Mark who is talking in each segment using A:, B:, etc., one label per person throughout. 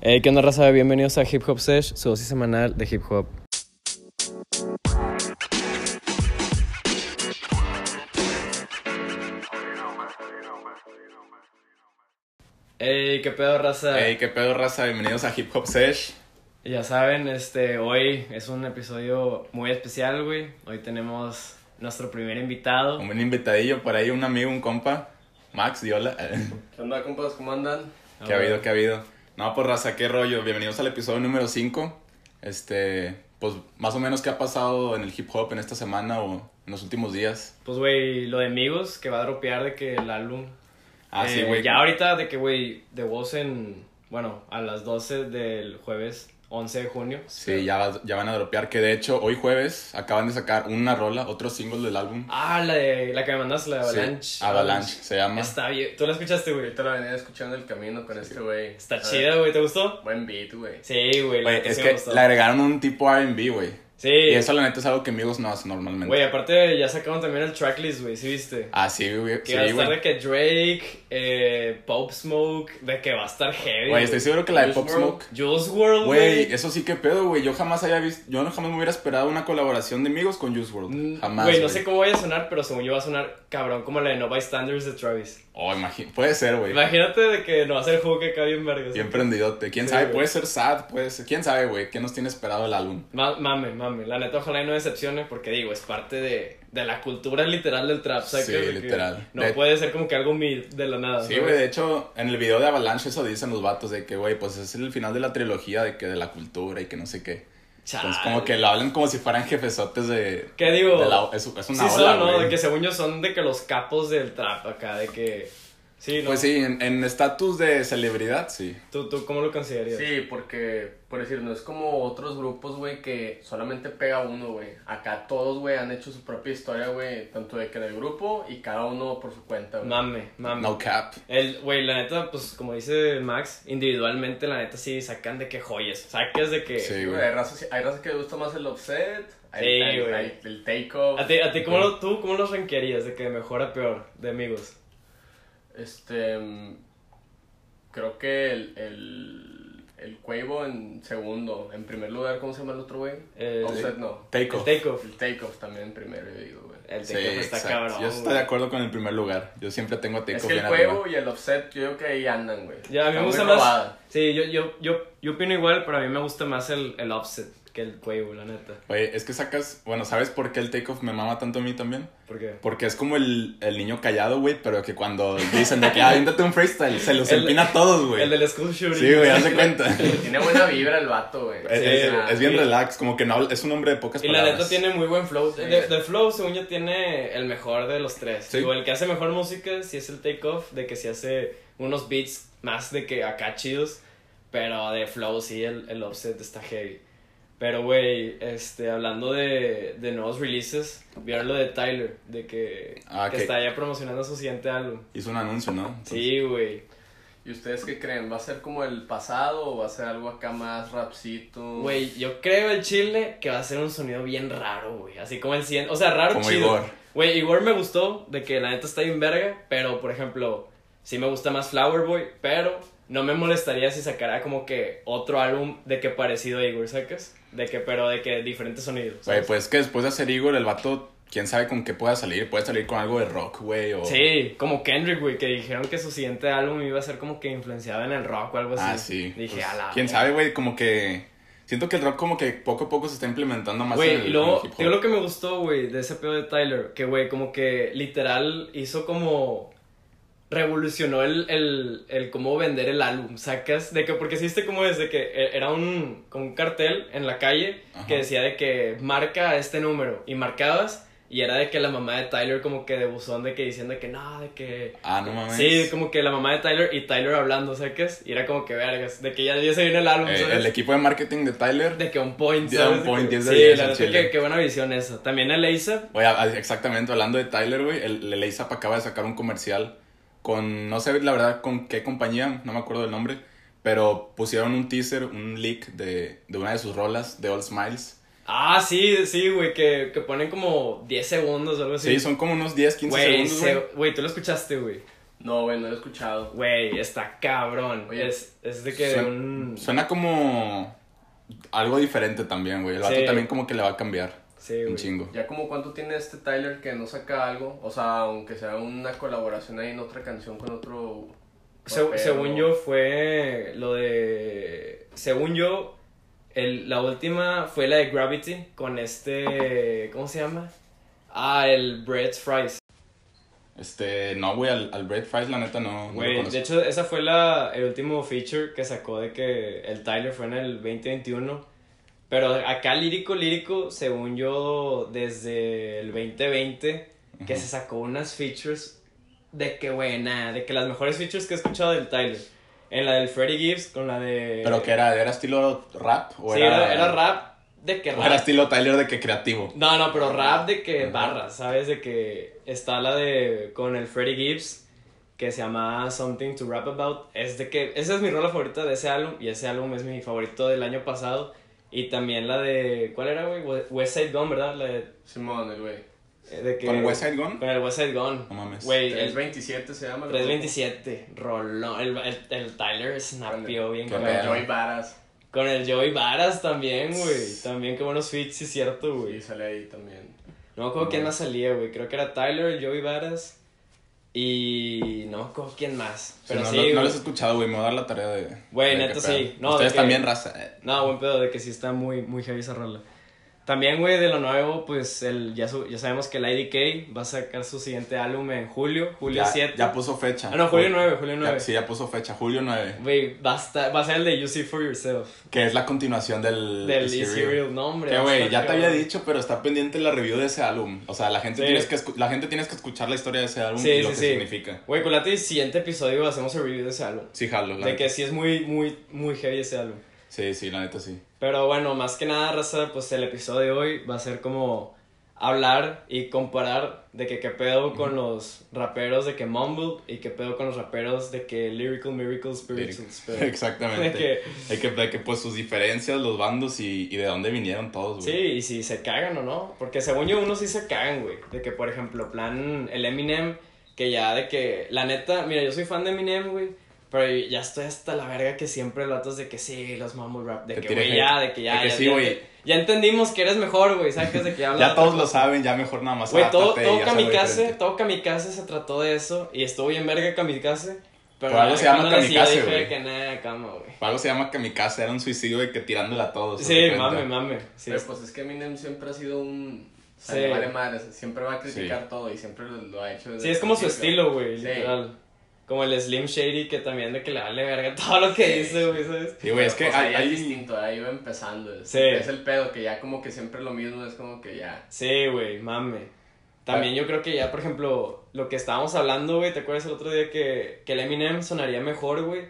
A: Hey, ¿qué onda, raza? Bienvenidos a Hip Hop Sesh, su dosis semanal de hip hop. Hey, ¿qué pedo, raza?
B: Hey, qué pedo raza, bienvenidos a Hip Hop Sesh.
A: Ya saben, este, hoy es un episodio muy especial, güey. Hoy tenemos nuestro primer invitado.
B: Un buen invitadillo por ahí, un amigo, un compa, Max Diola.
C: ¿Qué onda, compas? ¿Cómo andan?
A: Ah,
B: ¿Qué ha habido, qué ha habido? No, pues raza, qué rollo. Bienvenidos al episodio número 5. Este, pues más o menos qué ha pasado en el hip hop en esta semana o en los últimos días.
A: Pues, güey, lo de Migos que va a dropear de que el álbum.
B: Ah, sí,
A: Eh,
B: güey.
A: Ya ahorita de que, güey, The Voz en. Bueno, a las 12 del jueves 11 de junio.
B: Sí, ya, va- ya van a dropear. Que de hecho, hoy jueves acaban de sacar una rola, otro single del álbum.
A: Ah, la, de, la que me mandaste, la de
B: Sí,
A: Avalanche.
B: Avalanche se llama.
A: Está bien. ¿Tú la escuchaste, güey?
C: Ahorita la venía escuchando el camino con este güey.
A: Está
C: Ah,
A: chida, güey. ¿Te gustó?
C: Buen beat, güey.
A: Sí, güey. la
B: Güey,
A: neta
B: es
A: sí me
B: que
A: gustó.
B: le agregaron un tipo RB, güey.
A: Sí.
B: Y eso, la neta, es algo que amigos no hacen normalmente.
A: Güey, aparte ya sacaron también el tracklist, güey. ¿Sí viste?
B: Ah, sí, güey.
A: Que
B: Sí,
A: va a estar
B: güey.
A: de que Drake, eh, Pop Smoke, de que va a estar heavy.
B: Güey, estoy seguro que la de Pop
C: Juice WRLD.
B: Smoke
A: Juice World,
B: Güey,
A: güey.
B: eso sí que pedo, güey. Yo jamás había visto, yo no- jamás me hubiera esperado una colaboración de amigos con Juice
A: Mm,
B: World. Jamás.
A: Güey, no sé cómo vaya a sonar, pero según yo va a sonar cabrón como la de No Bystanders de Travis.
B: Oh, imagi- puede ser, güey.
A: Imagínate de que no va a ser jugo que acá bien vergas.
B: Bien prendidote. ¿Quién
A: Sí,
B: sabe?
A: güey.
B: Puede ser sad, puede ser. ¿Quién sabe, güey? ¿Qué nos tiene esperado el álbum?
A: Ma- mame, mame. La neta, ojalá y no decepcione porque digo, es parte de, de la cultura literal del trap, ¿sabes?
B: Sí,
A: De que
B: literal.
A: No
B: De-
A: puede ser como que algo mi- de la nada.
B: Sí,
A: ¿sabes?
B: güey. De hecho, en el video de Avalanche eso dicen los vatos de que, güey, pues es el final de la trilogía de que de la cultura y que no sé qué.
A: Chale.
B: Entonces, pues, como que lo hablan como si fueran jefesotes de.
A: ¿Qué digo?
B: de la- es, es
A: sí,
B: una
A: son,
B: ola,
A: ¿no?
B: güey.
A: De que según yo son de que los capos del trap acá, de que. Sí, ¿no?
B: Pues sí, en en estatus de celebridad, sí.
A: ¿Tú, tú cómo lo considerarías?
C: Sí, porque, por decir, no es como otros grupos, güey, que solamente pega uno, güey. Acá todos, güey, han hecho su propia historia, güey, tanto de que del grupo y cada uno por su cuenta, güey.
A: Mame, mame.
B: No cap.
A: El, güey, la neta, pues como dice Max, individualmente, la neta sí sacan de que joyas. Sacas de que.
B: Sí,
C: Sí, güey,
B: güey.
C: Hay razas, hay razas que les gusta más el offset, hay,
A: Sí,
C: hay-
A: güey.
C: hay el takeoff.
A: ¿A ti, a ti cómo lo, tú cómo los ranquearías de que de mejor a peor de amigos?
C: Este. mm, Creo que el. el... El Cuevo en segundo. En primer lugar, ¿cómo se llama el otro güey?
A: El-
C: Offset no.
B: Take off.
A: El takeoff.
C: El takeoff también primero, yo digo, güey.
A: El
B: Sí,
A: takeoff está
B: exacto.
A: cabrón.
B: Yo estoy
A: güey.
B: de acuerdo con el primer lugar. Yo siempre tengo a Takeoff
C: Es que el
B: bien
C: juego
B: arriba.
C: y el offset, yo digo que ahí andan, güey.
A: Ya, a mí
C: Está
A: me
C: muy
A: gusta más.
C: robada.
A: Sí, yo, yo, yo, yo opino igual, pero a mí me gusta más el, el offset que el Quavo, la neta.
B: Oye, es que sacas... Bueno, ¿sabes por qué el Takeoff me mama tanto a mí también?
A: Porque.
B: Porque es como el, el niño callado, güey, pero que cuando dicen de que "Ah, aviéntate un freestyle, se los
A: El-
B: empina a todos,
A: El
B: güey.
A: del school shooting.
B: Sí, güey, haz de cuenta.
C: Tiene buena vibra el vato, güey.
B: Es,
A: Sí,
B: es-
C: Ah,
B: es bien
A: sí.
B: relax, como que no habla- es un hombre de pocas
A: Y la
B: palabras.
A: neta tiene muy buen flow.
C: Sí.
A: De, del flow, según yo, tiene el mejor de los tres.
B: Sí.
A: Digo, el que hace mejor música, si es el takeoff, de que si hace unos beats más de que acá chidos. Pero de flow, sí, el, el offset está heavy. Pero, güey, este, hablando de, de nuevos releases, vieron lo de Tyler, de que,
B: Ah,
A: que
B: que-
A: está ya promocionando su siguiente álbum.
B: Hizo un anuncio, ¿no? Entonces,
A: Sí, güey.
C: ¿Y ustedes qué creen? ¿Va a ser como el pasado o va a ser algo acá más rapcito?
A: Güey, yo creo el chile que va a ser un sonido bien raro, güey. Así como el 100. O sea, raro
B: Como
A: chido.
B: Igor.
A: Güey, Igor me gustó, de que la neta está bien verga, pero por ejemplo, sí me gusta más Flower Boy, pero no me molestaría si sacara como que otro álbum de que parecido a Igor, ¿sacas? De que, pero de que diferentes sonidos.
B: Güey,
A: ¿sabes?
B: pues es que después de hacer Igor, el vato, quién sabe con qué pueda salir. Puede salir con algo de rock, güey, o...
A: Sí, como Kendrick, güey, que dijeron que su siguiente álbum iba a ser como que influenciado en el rock o algo así.
B: Ah, sí.
A: Dije,
B: Pues,
A: a la.
B: Quién sabe, güey, como que. Siento que el rock, como que poco a poco se está implementando más en el,
A: Güey, y luego,
B: en el hip hop.
A: te digo lo que me gustó, güey, de ese pedo de Tyler, que, güey, como que literal hizo como... Revolucionó el, el, el cómo vender el álbum, sacas, de que, porque hiciste como desde que e- era un, como un cartel en la calle
B: Ajá.
A: que decía de que marca este número y marcabas y era de que la mamá de Tyler como que de buzón de que diciendo de que no, de que...
B: Ah, no mames.
A: Sí, como que la mamá de Tyler y Tyler hablando, sacas, y era como que vergas, de que ya, ya se viene el álbum,
B: Eh,
A: ¿sabes?
B: el equipo de marketing de Tyler.
A: De que un point,
B: De un
A: ¿sabes?
B: point,
A: Que-
B: 10 de
A: sí,
B: 10
A: la
B: al
A: neta
B: chile.
A: que, que buena visión esa. También el ASAP.
B: Güey, a- a- exactamente, hablando de Tyler, güey, el, el ASAP acaba de sacar un comercial con, no sé la verdad con qué compañía, no me acuerdo del nombre, pero pusieron un teaser, un leak de, de una de sus rolas, de All Smiles.
A: Ah, sí, sí, güey, que, que ponen como 10 segundos o algo
B: Sí,
A: así.
B: son como unos 10, 15
A: Güey,
B: segundos,
A: se-
B: güey.
A: güey, tú lo escuchaste, güey.
C: No, güey, no lo he escuchado.
A: Güey, está cabrón.
C: Oye,
A: es, es de que
B: suena,
A: un.
B: suena como algo diferente también, güey. El vato
A: Sí.
B: también como que le va a cambiar
A: Sí,
B: un
A: güey.
B: chingo.
C: Ya como cuánto tiene este Tyler que no saca algo, o sea, aunque sea una colaboración ahí en otra canción con otro...
A: Se-
C: rapero.
A: según yo fue lo de... Según yo, el- la última fue la de Gravity con este... ¿Cómo se llama? Ah, el Bread Fries.
B: Este, no, güey, al, al Bread Fries la neta no, no lo
A: Güey,
B: conozco.
A: de hecho, esa fue la, el último feature que sacó de que el Tyler fue en el 2021. Pero acá lírico, lírico, según yo, desde el 2020, que
B: Ujú.
A: se sacó unas features de que buena, de que las mejores features que he escuchado del Tyler. En la del Freddie Gibbs, con la de...
B: Pero que era, ¿era estilo rap? ¿O
A: Sí, era, era rap de que
B: o era
A: rap.
B: estilo Tyler de que creativo.
A: No, no, pero rap de que
B: Ajá.
A: barras, ¿sabes? De que está la de con el Freddie Gibbs que se llama Something to Rap About. Es de que esa es mi rola favorita de ese álbum y ese álbum es mi favorito del año pasado. Y también la de, ¿cuál era, güey? We- West Side Gun, ¿verdad? La de, eh,
C: Simón, el güey.
A: de que,
B: ¿Con West Side Gun?
A: Con el West Side Gun.
B: No mames.
A: Güey, el
C: 327 se llama. el
A: 327, rolón. El, el, el Tyler snapió bien
B: Qué
A: con
C: grupo. Con el
B: pedo.
C: Joy Varas.
A: Con el Joey Varas también, güey. También, qué buenos feats, sí, es cierto, güey.
C: Y sale ahí también.
A: No me acuerdo quién más salía, güey. Creo que era Tyler, Joey Varas y no me acuerdo quién más.
B: Sí,
A: Pero
B: no,
A: sí,
B: lo-
A: güey.
B: no les he escuchado, güey. Me voy a dar la tarea de.
A: Güey,
B: de
A: neta,
B: qué
A: sí.
B: pedo.
A: No, de
B: Ustedes
A: que-
B: también, raza. eh.
A: No, buen pedo de que sí está muy, muy heavy esa rola. También, güey, de lo nuevo, pues el, ya, su- ya sabemos que el IDK va a sacar su siguiente álbum en julio, julio
B: Ya,
A: 7.
B: ya puso fecha.
A: Ah, no, julio 9, julio
B: Ya-
A: 9.
B: sí, ya puso fecha. Julio 9.
A: Güey, va, a estar- va a ser el de You See For Yourself.
B: Que es la continuación del.
A: Del
B: Easy
A: Easy
B: Real.
A: Real, no, hombre.
B: Que,
A: va a
B: güey,
A: estar
B: ya te había
A: cabrón.
B: dicho, pero está pendiente la review de ese álbum. O sea, la gente,
A: Sí.
B: tienes, que escu- la gente tienes que escuchar la historia de ese álbum
A: Sí,
B: y lo
A: sí,
B: que
A: sí.
B: significa.
A: Güey, colate el siguiente episodio hacemos el review de ese álbum.
B: Sí, jalo. La
A: De
B: neta.
A: que sí es muy, muy, muy heavy ese álbum.
B: Sí, sí, la neta sí.
A: Pero bueno, más que nada, raza, pues el episodio de hoy va a ser como hablar y comparar de que qué pedo con los raperos de que Mumble y qué pedo con los raperos de que Lyrical Miracle Spirituals. pero-
B: Exactamente.
A: de que,
B: Hay que ver que pues sus diferencias, los bandos y, y de dónde vinieron todos,
A: sí,
B: güey.
A: y si se cagan o no. Porque según yo, unos sí se cagan, güey. De que, por ejemplo, plan el Eminem, que ya de que, la neta, mira, yo soy fan de Eminem, güey. Pero ya estoy hasta la verga que siempre lo atas de que sí, los mumble rap, de
B: Te
A: que,
B: tira
A: güey,
B: hate.
A: ya, de que ya,
B: De que
A: ya,
B: sí,
A: ya-
B: güey.
A: ya entendimos que eres mejor, güey, ¿sabes? De que habla
B: Ya
A: otra
B: todos lo
A: cosa.
B: saben, ya mejor nada más.
A: Güey, todo,
B: adáptate y
A: todo
B: haz algo
A: Kamikaze,
B: diferente.
A: todo Kamikaze se trató de eso y estuvo bien verga Kamikaze. Pero
B: Por algo se llama
A: cuando nací, yo
B: Kamikaze,
A: dije
B: güey.
A: que nada, cama, güey.
B: Algo se llama Kamikaze, era un suicidio de que tirándola a todos. haz de
A: Sí,
B: cuenta.
A: mame, mame. Sí,
C: Pero pues es que Eminem siempre ha sido un... o sea,
A: Sí.
C: le vale madres, siempre va a criticar
B: Sí.
C: todo y siempre lo, lo ha hecho desde
A: Sí,
C: el
A: es como su
C: principio.
A: estilo, güey,
C: Sí.
A: literal. Como el Slim Shady que también de que le vale verga todo lo que
C: Sí.
A: dice, güey, ¿sabes?
B: Sí, güey, es que
C: O sea,
B: hay,
C: ya
B: hay-
C: es distinto, ahí va empezando. Es,
A: Sí.
C: es el pedo que ya como que siempre lo mismo, es como que ya.
A: Sí, güey, mame. También yo creo que ya, por ejemplo, lo que estábamos hablando, güey, ¿te acuerdas el otro día que, que el Eminem sonaría mejor, güey?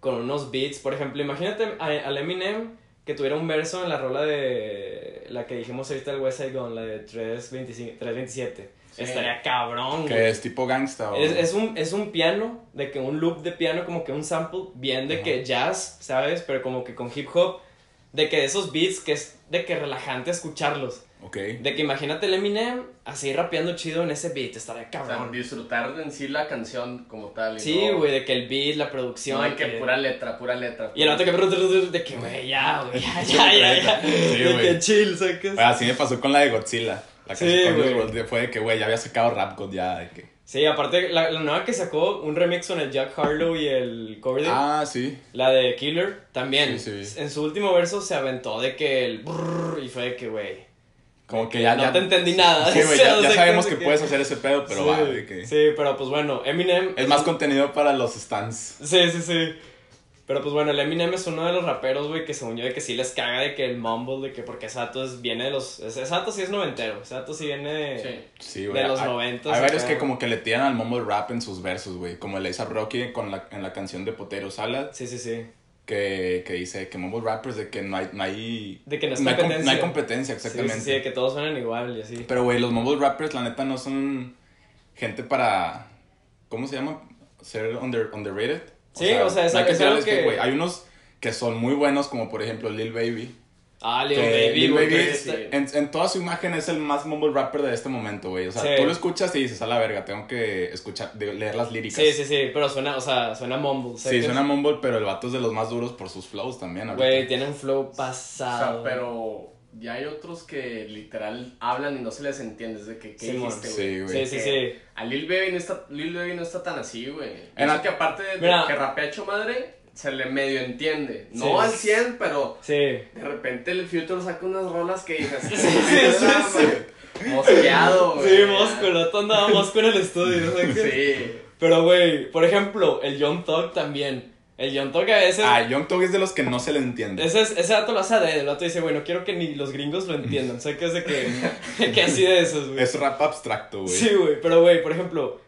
A: Con unos beats, por ejemplo, imagínate a- al Eminem que tuviera un verso en la rola de la que dijimos ahorita el West Side Gun, la de 325 327.
C: Sí.
A: Estaría cabrón,
B: que
A: güey.
B: es tipo gangsta. o-
A: Es, es un, es un piano, de que un loop de piano, como que un sample, bien de
B: Ajá.
A: que jazz, ¿sabes? Pero como que con hip hop, de que esos beats que es de que relajante escucharlos.
B: Ok.
A: De que imagínate el Eminem así rapeando chido en ese beat, estaría
C: O sea,
A: cabrón.
C: disfrutar de en sí la canción como tal. y
A: Sí,
C: no-
A: güey, de que el beat, la
C: No
A: producción.
C: hay que
A: que-
C: pura letra, pura letra.
A: Y el otro
C: pura-
A: que. De que, güey, ya, güey, ya, ya, ya. ya.
B: Sí,
A: de
B: güey. Ah.
A: que chill, ¿sabes?
B: Oye, así me pasó con la de Godzilla. La que
A: Sí,
B: sí,
A: güey.
B: fue de que, güey, ya había sacado Rap God ya. de que-
A: Sí, aparte, la, la nueva que sacó, un remix con el Jack Harlow y el cover de.
B: Ah, sí.
A: La de Killer, también.
B: Sí, sí.
A: En su último verso se aventó de que el. brrr, y fue de que, güey.
B: Como que ya.
A: No
B: Ah, ya-
A: te entendí nada.
B: Sí,
A: O
B: güey,
A: sea,
B: ya,
A: o
B: ya
A: sea,
B: sabemos
A: que-
B: que puedes hacer ese pedo, pero
A: sí,
B: va. de que-
A: Sí, pero pues bueno, Eminem.
B: Es más contenido para los stands.
A: Sí, sí, sí. Pero pues bueno, el Eminem es uno de los raperos, güey, que según yo de que sí les caga de que el mumble, de que porque Sato es, viene de los... es- Sato sí es noventero, Sato sí viene de...
C: Sí.
B: Sí, güey.
A: De los
B: Hay-
A: 90s,
B: Hay varios
A: acá,
B: que
A: güey.
B: como que le tiran al mumble rap en sus versos, güey. Como el Isa Rocky con la, en la canción de Potero Salas,
A: Sí, sí, sí.
B: que, que dice que mumble rappers de que no hay, no hay,
A: De que no es
B: no hay, com-
A: competencia.
B: no hay competencia,
A: Sí,
B: exactamente.
A: Sí, sí, de que todos suenan igual y así.
B: Pero, güey, los mumble rappers, la neta, no son gente para. ¿Cómo se llama? Ser under, underrated.
A: Sí, o sea, es-
B: no hay que
A: es algo
B: tirarles hate,
A: que-
B: güey. Hay unos que son muy buenos, como por ejemplo Lil Baby.
A: Ah, Lil
B: Que
A: Baby,
B: Lil
A: güey,
B: Baby
A: que este-
C: sí.
A: está-
B: En, en toda su imagen es el más mumble rapper de este momento, güey. O sea,
A: Sí.
B: tú lo escuchas y dices, a la verga, tengo que escuchar, de- leer las líricas.
A: Sí, sí, sí, pero suena, o sea, suena mumble.
B: Sí,
A: sé que-
B: suena mumble, pero el vato es de los más duros por sus flows también. ahorita.
A: Güey, tiene un flow
C: O
A: pasado.
C: sea, pero ya hay otros que literal hablan y no se les entiende. Es de que, ¿qué
A: Simón.
C: dijiste, güey?
B: Sí, güey.
A: Sí, sí, sí.
C: A Lil Baby no está, Lil Baby no está tan así, güey.
B: En
C: En
B: la-
C: que aparte de
A: Mira.
C: que rapea hecho madre, se le medio entiende. No
A: Sí.
C: al 100, pero
A: Sí.
C: de repente el Future saca unas rolas que dices. sí,
A: sí, sí,
C: Mosqueado, güey.
A: Sí, Mosco, el vato andaba Mosco en el estudio. o sea que-
C: Sí.
A: Pero, güey, por ejemplo, el John Talk también. El John Talk a veces.
B: Ah, Young Thug es de los que no se le entiende.
A: Ese, es- ese dato lo hace adrede, el vato dice, güey, no quiero que ni los gringos lo entiendan, o sea, que es de que, que así de esos, güey.
B: Es rap abstracto, güey.
A: Sí, güey, pero, güey, por ejemplo,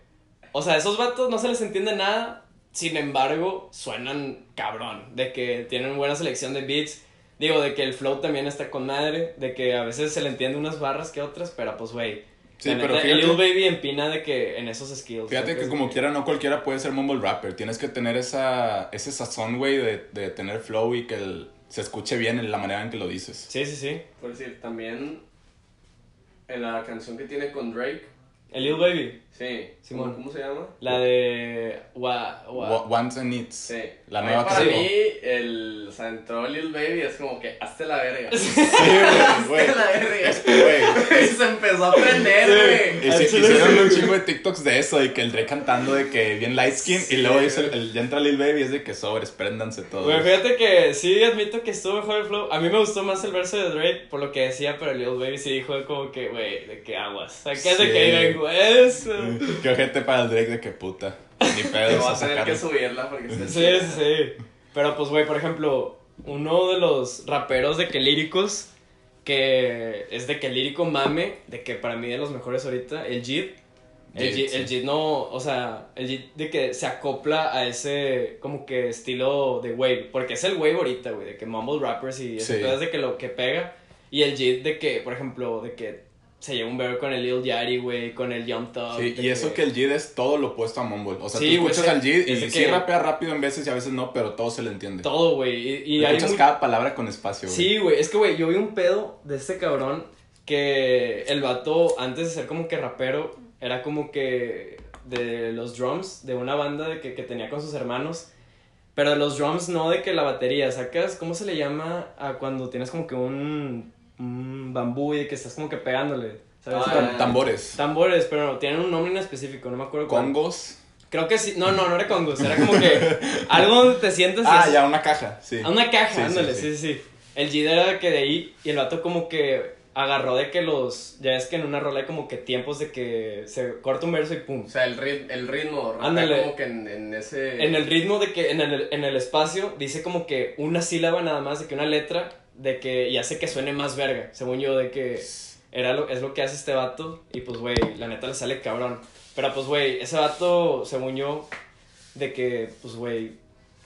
A: o sea, esos vatos no se les entiende nada, sin embargo, suenan cabrón, de que tienen buena selección de beats, digo, de que el flow también está con madre, de que a veces se le entiende unas barras que otras, pero, pues, güey,
B: Sí,
A: la
B: pero
A: neta, el Lil
B: fíjate,
A: Baby empina de que en esos skills. o sea,
B: fíjate que
A: es
B: como quiera, no cualquiera puede ser mumble rapper. Tienes que tener esa, ese sazón, güey, de, de tener flow y que el- se escuche bien en la manera en que lo dices.
A: Sí, sí, sí,
C: Por decir, también en la canción que tiene con Drake.
A: el Lil Baby,
C: Sí.
A: Simón.
C: ¿Cómo, cómo se llama?
A: la de... Wa, wa-
B: Wa- Wants and needs.
C: Sí.
B: La
C: A mí,
B: nueva que
C: Para
B: sacó.
C: mí, el, o sea, entró Lil Baby es como que hazte la verga.
B: Sí, güey, güey.
C: hazte la verga.
B: Es que, güey,
C: se empezó a aprender, güey.
B: Y sí,
A: Al chile
B: hicieron
A: sí.
B: un chingo de TikToks de eso, de que el Drake cantando de que bien light skin y luego dice el, el- ya entra Lil Baby es de que sobres, préndanse todos.
A: Güey, fíjate que sí admito que estuvo mejor el flow. A mí me gustó más el verso de Drake por lo que decía, pero Lil Baby sí dijo como que, güey, de que aguas. Acá es
B: Sí.
A: de que vengo eso.
B: Mm, Qué ojete para el Drake de que puta. Ni
C: Te
B: pedo,
C: voy
B: a
C: a tener
B: sacarlo.
C: que subirla porque se
A: Sí, sí, sí. Pero pues, güey, por ejemplo, uno de los raperos de que líricos, que es de que lírico mame, de que para mí de los mejores ahorita, el Jeep. El
B: Jeep,
A: Jeep,
B: sí.
A: el Jeep no, o sea, el Jeep de que se acopla a ese como que estilo de wave, porque es el wave ahorita, güey, de que mumble rappers y
B: Sí.
A: eso de que lo que pega. Y el Jeep de que, por ejemplo, de que se lleva un verbo con el Lil Yachty, güey, con el Young Thug.
B: Sí,
A: de
B: y eso que el Jid es todo lo opuesto a Mumble. O sea,
A: Sí,
B: tú
A: güey,
B: escuchas
A: sí.
B: al Jid
A: Es
B: y
A: de
B: sí
A: que-
B: rapea rápido en veces y a veces no, pero todo se le entiende.
A: Todo, güey. Y, y hay
B: escuchas
A: mu-
B: cada palabra con espacio, Este, güey.
A: Sí, güey, es que, güey, yo vi un pedo de este cabrón que el vato, antes de ser como que rapero, era como que de los drums, de una banda de que, que tenía con sus hermanos, pero de los drums no de que la batería, sacas, ¿cómo se le llama a cuando tienes como que un, un bambú y de que estás como que pegándole? ¿Sabes?
C: Ah,
B: Tam- tambores.
A: Tambores, pero no, tienen un nombre en específico, no me acuerdo cuál.
B: Congos.
A: Creo que sí, no, no, no era congos, era como que algo donde te sientes y
B: Ah,
A: es-
B: ya, una caja, sí.
A: a una caja,
B: Sí, sí,
A: ándale,
B: sí.
A: sí sí, sí, El Gid era de que de ahí y el vato como que agarró de que los. Ya es que en una rola hay como que tiempos de que se corta un verso y pum.
C: O sea, el, rit- el ritmo, rapea
A: Ándale.
C: como que en, en ese...
A: En el ritmo de que en el, en el espacio dice como que una sílaba nada más, de que una letra, de que. Y hace que suene más verga, según yo, de que. Era lo, es lo que hace este vato y pues, güey, la neta le sale cabrón. Pero pues, güey, ese vato, según yo, de que, pues, güey,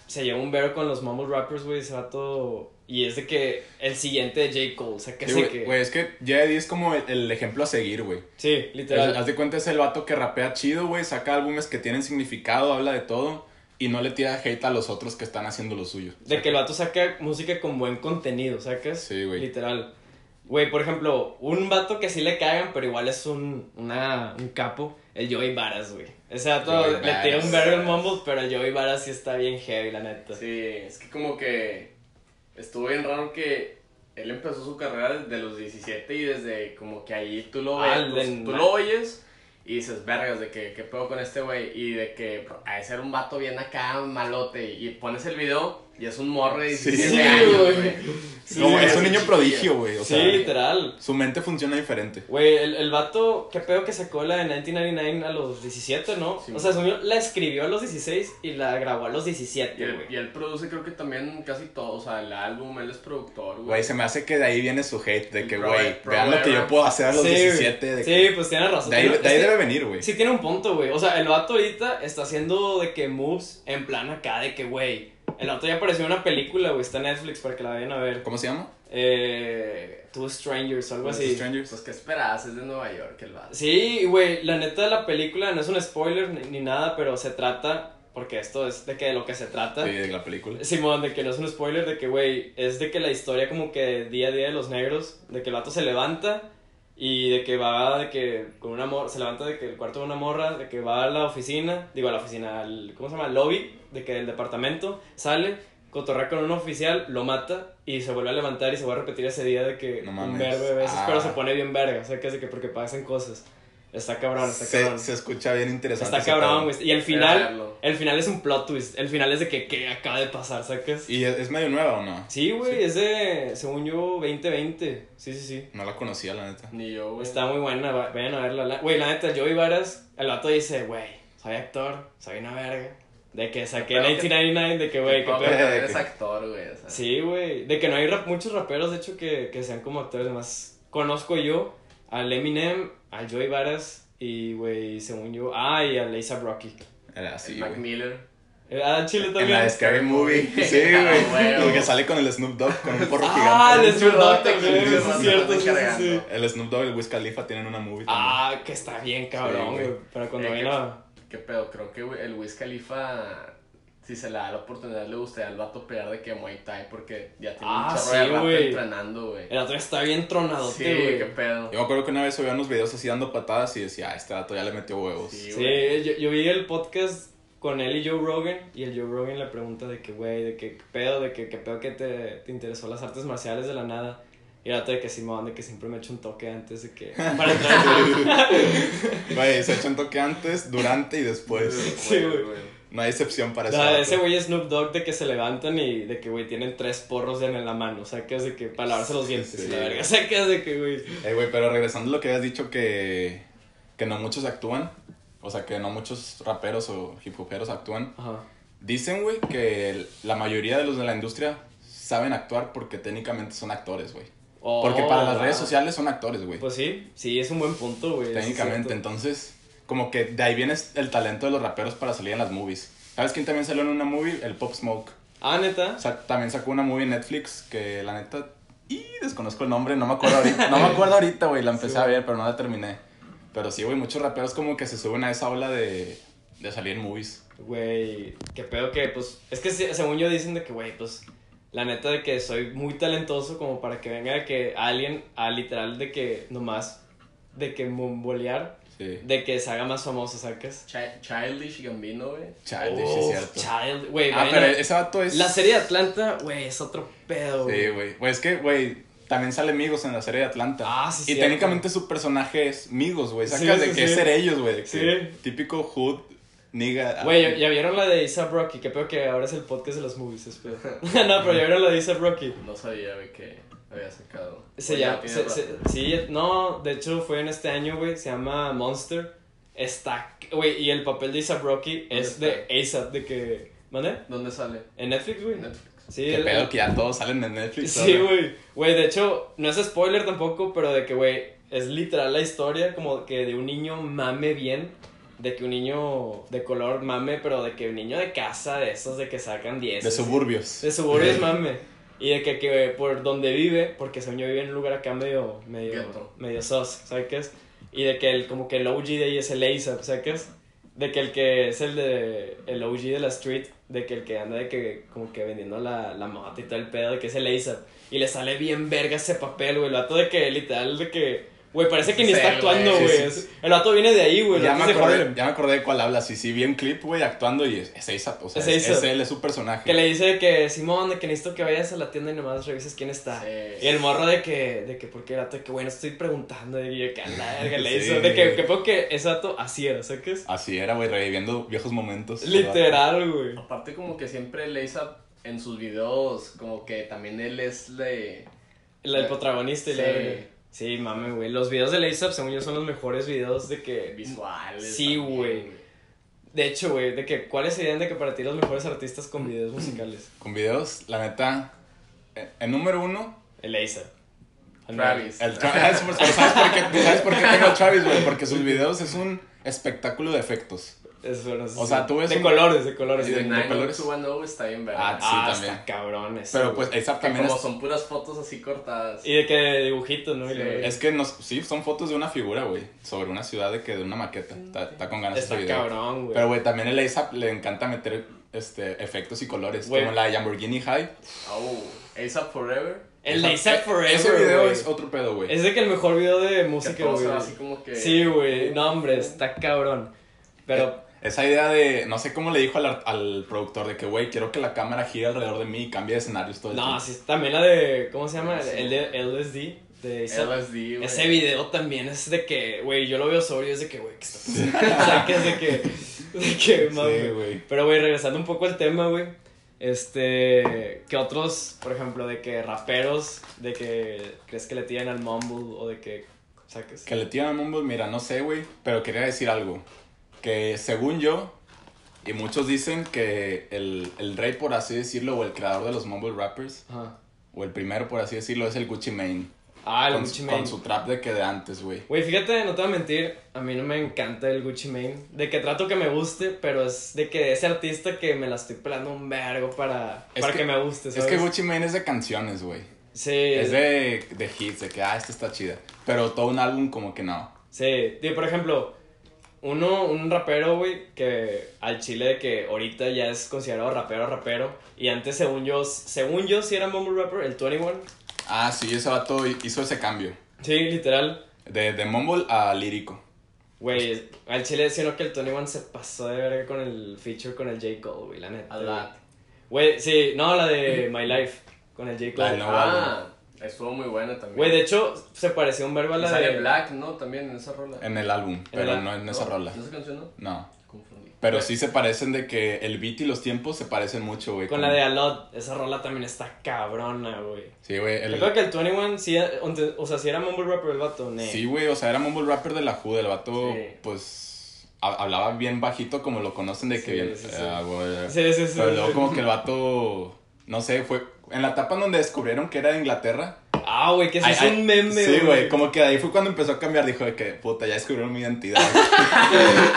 A: se lleva un vero con los mumble rappers, güey, ese vato. Y es de que el siguiente de J. Cole, o sea, que
B: Sí,
A: sí
B: güey,
A: que.
B: güey, es que Jedi es como el- el ejemplo a seguir, güey.
A: Sí,
B: Es-
A: literal.
B: Haz de cuenta es el vato que rapea chido, güey, saca álbumes que tienen significado, habla de todo y no le tira hate a los otros que están haciendo lo suyo.
A: De que el vato saca música con buen contenido, ¿sacas?
B: Sí, güey.
A: Literal. Güey, por ejemplo, un vato que sí le cagan, pero igual es un, una, un capo, el Joey Varas, güey. Ese vato
B: Joey
A: le tira
B: Varas.
A: un verbo al mumble, pero el Joey Varas sí está bien heavy, la neta.
C: Sí, es que como que estuvo bien raro que él empezó su carrera desde los 17 y desde como que ahí tú lo,
A: Ah,
C: ves,
A: el
C: pues,
A: de-
C: tú lo oyes y dices, vergas, de que qué pedo con este güey y de que a ser un vato bien acá malote y pones el video y es un morro de
B: Sí. Sí,
C: 17 años,
A: güey.
C: güey.
A: Sí,
B: Como es un
C: sí,
B: niño
C: sí,
B: prodigio,
C: sí.
B: güey. O
A: sí,
B: sea,
A: literal.
B: su mente funciona diferente.
A: Güey, el, el vato, qué pedo que sacó la de 1999 a los 17, ¿no?
C: Sí.
A: o sea, asumió- la escribió a los 16 y la grabó a los
C: Y
A: 17,
C: él, y
A: güey.
C: él produce creo que también casi todo, o sea, el álbum, él es productor,
B: Güey,
C: güey.
B: se me hace que de ahí viene su hate, de que,
C: Pro-
B: güey,
C: pro-
B: vean lo que yo puedo hacer a los
A: Sí,
B: 17. de
A: güey.
B: que-
A: Sí, pues tiene razón.
B: de ahí,
A: Tiene-
B: de ahí
A: es que-
B: debe venir, güey.
A: Sí, tiene un punto, güey. O sea, el vato ahorita está haciendo de que moves en plan acá, de que, güey. El vato ya apareció en una película, güey. Está en Netflix para que la vayan a ver.
B: ¿Cómo se llama?
A: Eh. Two Strangers o algo
C: Pues,
A: así.
B: Strangers.
C: Pues qué esperabas, es de Nueva York el vato.
A: Sí, güey, la neta de la película no es un spoiler ni, ni nada, pero se trata Porque esto es de que de lo que se trata.
B: Sí, de la película.
A: Simón, de que no es un spoiler, de que, güey, es de que la historia como que día a día de los negros, de que el vato se levanta y de que va de que con una morra, se levanta de que el cuarto de una morra, de que va a la oficina, digo a la oficina, al, ¿cómo se llama? Al lobby, de que el departamento sale, cotorrea con un oficial, lo mata y se vuelve a levantar y se va a repetir ese día de que
B: No
A: un
B: mames.
A: verbo de veces,
B: Ah.
A: pero se pone bien verga, o sea, que es de que porque pasan cosas. Está cabrón, está
B: Se,
A: cabrón.
B: se escucha bien interesante.
A: Está
B: ese
A: cabrón,
B: pedo.
A: güey. Y el
C: Era
A: final,
C: verlo.
A: el final es un plot twist. El final es de que, ¿qué acaba de pasar? ¿Sacas?
B: ¿Y es, es medio nueva o no?
A: Sí, güey, es de, según yo, 2020. Sí, sí, sí.
B: No la conocía, la neta.
C: Ni yo, güey.
A: Está muy buena, va- vayan a verla. La- Güey, la neta, Joey Varas, el vato dice, güey, soy actor, soy una verga. De que saqué
C: Pero que-
A: 1999, de que, güey, que
C: No,
A: pedo.
B: pedo.
C: güey, eres actor, güey. o sea.
A: Sí, güey. De que no hay rap- muchos raperos, de hecho, que, que sean como actores. Además, conozco yo al Eminem, al Joey Varas y, güey, según yo, ah, y al A$AP Rocky.
B: Era así,
C: Mac
B: güey.
C: Miller.
A: Ah, Chile
B: En
A: también.
B: la de Scary Movie. Sí,
C: Ah,
B: güey.
C: güey.
B: Porque sale con el Snoop Dogg, con un porro
A: Ah,
B: gigante.
A: el Snoop Dogg también,
B: Sí,
A: sí,
B: sí,
A: es
B: sí,
A: cierto,
C: sí,
A: sí, sí,
C: cargando.
A: sí.
B: El Snoop Dogg y el Wiz Khalifa tienen una movie también.
A: Ah, que está bien
B: Sí,
A: cabrón,
B: güey.
A: güey. Pero cuando
C: Eh,
A: vino...
C: ¿Qué pedo? Creo que güey, el Wiz Khalifa, si se le da la oportunidad, le gustaría al vato pelear de que Muay Thai porque ya tiene
A: Ah,
C: un chorro
A: sí,
C: de rato
A: güey.
C: entrenando, güey.
A: El otro está bien tronadote,
C: Sí,
A: güey.
C: güey, qué pedo.
B: Yo me acuerdo que una vez subía unos videos así dando patadas y decía, ah, este dato ya le metió huevos.
C: Sí,
A: Sí, yo, yo vi el podcast con él y Joe Rogan y el Joe Rogan le pregunta de que, güey, de que qué pedo, de que qué pedo que te, te interesó las artes marciales de la nada. Y el otro de que Simón, de que siempre me echo un toque antes de que... Para entrar.
B: Güey, se echó un toque antes, durante y después.
A: Sí, güey.
B: No hay excepción para eso.
A: No, ese güey es Snoop Dogg de que se levantan y de que, güey, tienen tres porros en la mano. O sea, que es de que para lavarse los dientes
B: Sí.
A: y la verga. O sea, que es de que, güey...
B: Eh, güey, pero regresando a lo que habías dicho que, que no muchos actúan, o sea, que no muchos raperos o hip hoperos actúan.
A: Ajá.
B: Dicen, güey, que el- la mayoría de los de la industria saben actuar porque técnicamente son actores, güey. Porque
A: Oh,
B: para las redes
A: wow.
B: sociales son actores, güey.
A: Pues sí, sí, es un buen punto, güey. eso es
B: técnicamente,
A: cierto.
B: entonces, como que de ahí viene el talento de los raperos para salir en las movies. ¿Sabes quién también salió en una movie? El Pop Smoke.
A: Ah, neta.
B: O sea, también sacó una movie en Netflix que la neta. Y desconozco el nombre, no me acuerdo ahorita. No me acuerdo ahorita, güey. La empecé a ver, pero no la terminé. Pero sí, güey, muchos raperos como que se suben a esa ola de, de salir en movies.
A: Güey, qué pedo que, pues, es que se- según yo dicen de que, güey, pues, la neta de que soy muy talentoso como para que venga de que alguien a literal de que nomás, de que bombolear,
B: Sí.
A: de que se haga más famoso, ¿sacas?
C: Chi- Childish Gambino, güey.
B: Childish,
A: Oh,
B: es cierto.
A: Child, güey,
B: ah,
A: vayan
B: pero
A: a-
B: ese vato es.
A: la serie de Atlanta, güey, es otro pedo,
B: Sí, güey. Güey, es que, güey, también sale Migos en la serie de Atlanta.
A: Ah, sí,
B: Y
A: cierto.
B: técnicamente su personaje es Migos, güey.
A: Sí,
B: Sacas de
A: sí,
B: que
A: sí.
B: es ser ellos, güey. de que
A: Sí.
B: Típico hood, nigga. ah,
A: Güey, ¿ya- ¿ya vieron la de Isa Rocky? Que pedo que ahora es el podcast de los movies, es pedo. no, pero ya vieron la de Isa Rocky.
C: No sabía, güey, que había sacado.
A: Se
C: Oye,
A: llama,
C: Pues tiene
A: se-
C: rato.
A: se- sí, no, de hecho fue en este año, güey, se llama Monster. Está, güey, y el papel de A$AP Rocky es de
C: ¿Dónde
A: ASAP, de que, ¿mande?
C: ¿Dónde sale?
A: En Netflix, güey.
C: En Netflix.
A: Sí,
B: Qué
A: el-
B: pedo que ya todos salen en Netflix.
A: Sí,
B: ahora.
A: güey. Güey, de hecho, no es spoiler tampoco, pero de que, güey, es literal la historia como que de un niño mame bien, de que un niño de color mame, pero de que un niño de casa, de esos de que sacan 10.
B: De suburbios.
A: De suburbios,
B: Sí.
A: mame. Y de que, que por donde vive, porque según yo vive en un lugar acá medio, medio,
C: Gueto.
A: medio sos, ¿sabes qué es? Y de que el, como que el OG de ahí es el ASAP, ¿sabes qué es? De que el que es el de, el OG de la street, de que el que anda de que, como que vendiendo la, la mota y todo el pedo, de que es el ASAP. Y le sale bien verga ese papel, güey, el vato de que, literal, de que, güey, parece que ni
C: Sí,
A: está actuando,
C: güey,
A: güey.
B: sí,
A: es- El vato viene de ahí, güey. el
B: ya,
A: vato
B: me
A: se fue
B: acordé,
A: del-
B: ya me acordé de cuál habla. Sí, sí, vi un clip, güey, actuando y es, es A$AP, O sea,
A: Es
B: es, es
A: A$AP.
B: él, es su personaje.
A: Que le dice que, Simón, de que necesito que vayas a la tienda y nomás revises quién está. Y el morro de que, de que, porque era, de que, bueno, estoy preguntando, y yo, que a la verga le
B: Sí.
A: hizo, de que, que creo que ese dato así era, ¿sabes?
B: Así era, güey, reviviendo viejos momentos.
A: Literal, güey.
C: Aparte como que siempre Leisa en sus videos, como que también él es de...
A: El, el protagonista y
C: Sí.
A: la verga. Sí, mame, güey. Los videos de Laysap, según yo, son los mejores videos de que.
C: visuales.
A: Sí,
C: también,
A: güey. De hecho, güey, de que, ¿cuáles serían de que para ti los mejores artistas con videos musicales?
B: Con videos, la neta. eh, En número uno,
A: El Laysap.
C: Travis.
B: el Ah, Travis. ¿Sabes por qué, sabes por qué tengo a Travis, güey? Porque sus videos es un espectáculo de efectos.
A: Es bueno, sí,
B: O
A: sí.
B: sea, tú ves
A: De
B: un-
A: colores, de colores.
B: Sí, de-
A: de-
B: de colores.
C: está bien verde.
B: Ah, sí,
A: Ah,
B: también.
A: está cabrón ese,
B: Pero
A: güey.
B: pues esa
C: que
B: también
C: como
B: es,
C: son puras fotos así cortadas.
A: Y de que de dibujitos, ¿no? Y
C: Sí.
A: luego-
B: es que nos, sí, son fotos de una figura, güey, sobre una ciudad de que de una maqueta. Está, está con ganas este
A: Está
B: video.
A: cabrón, güey.
B: Pero güey, también el ASAP le encanta meter este efectos y colores,
A: Güey.
B: como la Lamborghini High.
C: Oh, ASAP Forever.
A: El
B: Esa- e-,
A: de ASAP Forever,
B: Ese video
A: güey.
B: es otro pedo, güey.
A: Es de que el mejor video de
C: Que
A: música,
C: todo se
A: güey.
C: va así como que.
A: Sí, güey. No, hombre, está cabrón. Pero
B: Esa idea de, no sé cómo le dijo al, ar- al productor de que, güey, quiero que la cámara gire alrededor de mí y cambie de escenarios todo el
A: No,
B: tiempo.
A: sí, también la de. ¿Cómo se llama?
C: Pues Sí.
A: El de LSD. De esa-
C: LSD, güey.
A: ese video también es de que, güey, yo lo veo sobre y es de que, güey, ¿qué está pasando? o sea, que es de que. De que, mami.
B: Sí, güey.
A: Pero, güey, regresando un poco al tema, güey. Este. Que otros, por ejemplo, de que raperos, de que crees que le tiran al mumble o de que. Saques.
B: Que le tiran al Mumble, mira, no sé, güey, pero quería decir algo. Que según yo, y muchos dicen que el, el rey, por así decirlo, o el creador de los Mumble Rappers,
A: Ajá.
B: o el primero, por así decirlo, es el Gucci Mane.
A: Ah, el
B: con,
A: Gucci
B: su-
A: Mane.
B: Con su trap de que de antes, güey.
A: Güey, fíjate, no te voy a mentir, a mí no me encanta el Gucci Mane. De que trato que me guste, pero es de que ese artista que me la estoy pelando un vergo para,
B: Es
A: para que,
B: que-
A: me guste,
B: Es
A: ¿sabes?
B: que Gucci Mane es de canciones, güey.
A: Sí,
B: Es de, de hits, de que, ah, esta está chida. Pero todo un álbum como que no.
A: sí. Tío, por ejemplo, uno, un rapero, güey, que al chile de que ahorita ya es considerado rapero, rapero. Y antes, según yo, según yo, sí era mumble rapper, el 21.
B: Ah, sí, ese vato hizo ese cambio.
A: Sí, literal.
B: De, de mumble a lírico.
A: Güey, al chile, sino que el 21 se pasó de verga con el feature con el J. Cole, güey, la neta.
C: A la-
A: Güey, sí, no, la de My Life con el J.
B: La
A: Cole.
B: del nuevo álbum.
C: Ah, estuvo muy buena también.
A: Güey, de hecho, se pareció un verbo a
C: Y
A: la
C: sale
A: de.
C: Black, ¿no? También en esa rola.
B: En el álbum, pero
A: el-
B: no en esa
C: No,
B: rola.
C: ¿No esa canción no?
B: No.
C: Confundí.
B: Pero sí se parecen de que el beat y los tiempos se parecen mucho, güey.
A: Con
B: como-
A: la de Alot. Esa rola también está cabrona, güey.
B: Sí, güey. el-
A: Recuerdo que el 21, sí, onte- o sea, si era Mumble Rapper el vato, ne.
B: Sí, güey, o sea, era mumble rapper de la Jude. El vato,
C: Sí.
B: pues, ha- hablaba bien bajito como lo conocen de que
A: Sí,
B: bien.
A: sí, sí.
B: ah, güey.
A: Sí, sí, sí.
B: Pero luego
A: sí.
B: como que el vato, no sé, fue... En la etapa en donde descubrieron que era de Inglaterra.
A: Ah, güey, que se
B: Ay,
A: hizo
B: ay,
A: un meme,
B: Sí, güey, como que ahí fue cuando empezó a cambiar. Dijo de que, puta, ya descubrieron mi identidad.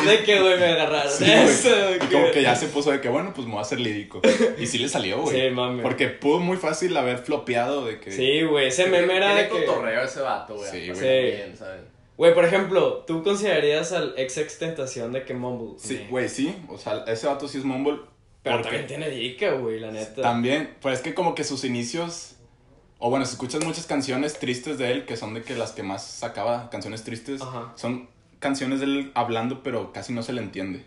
A: De que, güey, me agarraron.
B: Sí, güey.
A: Eso,
B: Y
A: que-
B: como que ya se puso de que, bueno, pues me voy a hacer lírico. Y sí le salió, güey.
A: Sí, mami.
B: Porque pudo muy fácil haber flopeado de que...
A: Sí, güey, ese meme era
C: Tiene
A: de que.
C: cotorreo ese vato, güey.
B: Sí,
C: aparte
A: güey.
C: también, ¿sabes?
A: Güey, por ejemplo, ¿tú considerarías al ex Tentación de que Mumble?
B: Sí,
A: Ne.
B: güey, sí. O sea, ese vato sí es mumble.
A: Pero
B: porque-
A: también tiene dica, güey, la neta.
B: También, pues es que como que sus inicios, o bueno, si escuchas muchas canciones tristes de él, que son de que las que más sacaba, canciones tristes,
A: Ajá.
B: son canciones de él hablando, pero casi no se le entiende.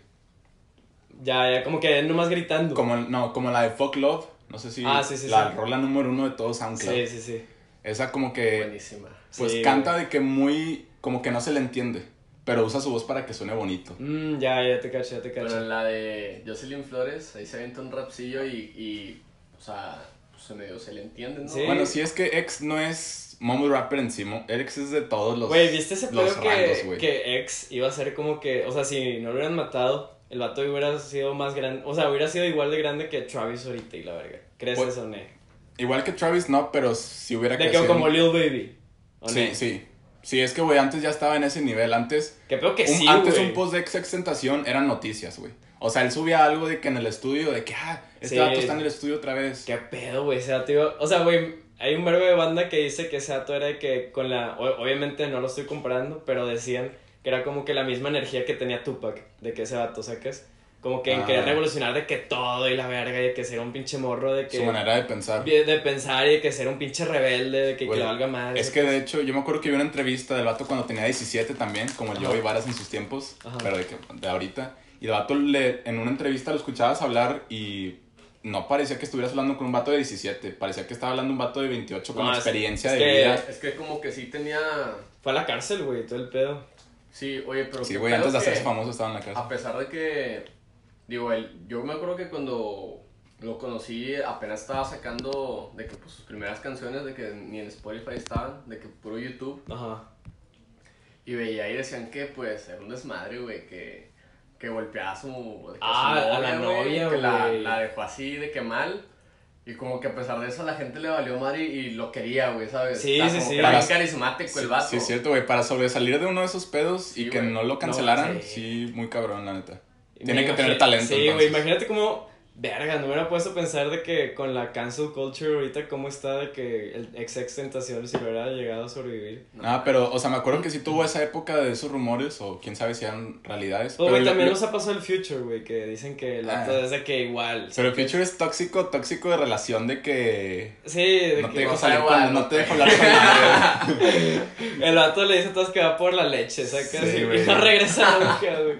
A: Ya, ya, como que nomás gritando.
B: Como, no, como la de Fuck Love, no sé si
A: Ah, sí, sí,
B: la
A: sí.
B: rola número uno de todo SoundCloud.
A: Sí, sí, sí.
B: Esa como que,
C: Buenísima.
B: pues
A: Sí,
B: canta de que muy, como que no se le entiende, pero usa su voz para que suene bonito.
A: Mm, ya, ya te cacho, ya te
C: Pero
A: cacho.
C: en la de Jocelyn Flores, ahí se avienta un rapcillo y, y o sea, pues medio se le entiende, ¿no?
A: Sí.
B: Bueno, si es que X no es mumble rapper encima, X es de todos los
A: Güey, ¿viste ese
B: los
A: pedo
B: rangos,
A: que,
B: güey.
A: que ex iba a ser como que, o sea, si no lo hubieran matado, el vato hubiera sido más grande, o sea, hubiera sido igual de grande que Travis ahorita y la verga. ¿Crees
B: Pues-
A: eso, ne?
B: Igual que Travis, no, pero si hubiera
A: De que
B: crecido-
A: como Lil Baby. ¿o
B: Sí,
A: no?
B: sí. Sí, es que, güey, antes ya estaba en ese nivel. Antes,
A: Que pedo que
B: un,
A: sí,
B: antes
A: güey.
B: un post de extentación eran noticias, güey. O sea, él subía algo de que en el estudio, de que, ah,
A: Sí.
B: este dato está en el estudio otra vez.
A: ¿Qué pedo, güey? Ese dato iba- O sea, güey, hay un verbo de banda que dice que ese dato era de que con la... o- obviamente no lo estoy comparando, pero decían que era como que la misma energía que tenía Tupac, de que ese dato, ¿sacas? Como que en
B: Ah.
A: querer revolucionar de que todo y la verga, y de que ser un pinche morro, de que...
B: Su manera de pensar.
A: de de pensar y de que ser un pinche rebelde, de que, que
B: Güey,
A: le valga madre.
B: Es que, de hecho, yo me acuerdo que vi una entrevista del vato cuando tenía 17 también, como el
A: Ajá.
B: Joey Varas en sus tiempos,
A: Ajá.
B: pero de, que, de ahorita. Y el vato, le, en una entrevista lo escuchabas hablar y no parecía que estuvieras hablando con un vato de 17. Parecía que estaba hablando un vato de 28 con
A: No, es-
B: experiencia
A: es
B: de
A: que-
B: vida.
C: Es que como que sí tenía...
A: Fue a la cárcel, güey, todo el pedo.
C: Sí, oye, pero...
B: Sí,
C: qué
B: güey,
C: pedo
B: antes de
C: que,
B: hacerse famoso estaba en la casa.
C: A pesar de que, digo, él, yo me acuerdo que cuando lo conocí apenas estaba sacando de que pues, sus primeras canciones, de que ni en Spotify estaban, de que puro YouTube.
A: Ajá.
C: Y veía y decían que pues era un desmadre, güey, que, que golpeaba a su, que a su
A: Ah, a la
C: güey,
A: novia,
C: que la,
A: güey.
C: la dejó así de que mal. Y como que a pesar de eso la gente le valió madre y, y lo quería, güey, ¿sabes?
A: Sí,
C: O sea,
A: sí,
C: como
A: sí.
C: que Era bien
B: Para-
C: carismático el vato.
B: Sí, es cierto, güey. Para sobresalir de uno de esos pedos
C: Sí,
B: y que
C: güey.
B: no lo cancelaran,
A: No, sí.
B: sí. muy cabrón, la neta. Tiene que tener talento.
A: Sí, güey, imagínate cómo. Verga, no me hubiera puesto a pensar de que con la cancel culture ahorita, cómo está de que el ex ex tentación si hubiera llegado a sobrevivir. Pues,
B: Ah, pero, o sea, me acuerdo que sí tuvo esa época de esos rumores, o quién sabe si eran realidades.
A: Pero,
B: pero
A: Pues, güey,
B: lo-
A: también
B: lo-
A: nos ha pasado el Future, güey, que dicen que el acto
B: Ah.
A: es de que igual.
B: Pero el future es tóxico, tóxico de relación de que.
A: Sí, de
B: No te
A: que
B: dejo
C: no
B: salir
C: sabe
B: con,
C: igual,
B: no
C: no
B: te dejo hablar con nadie.
A: el vato le dice a todos que va por la leche,
B: Sí,
A: ¿sacas? y
B: güey.
A: no regresa nunca, güey.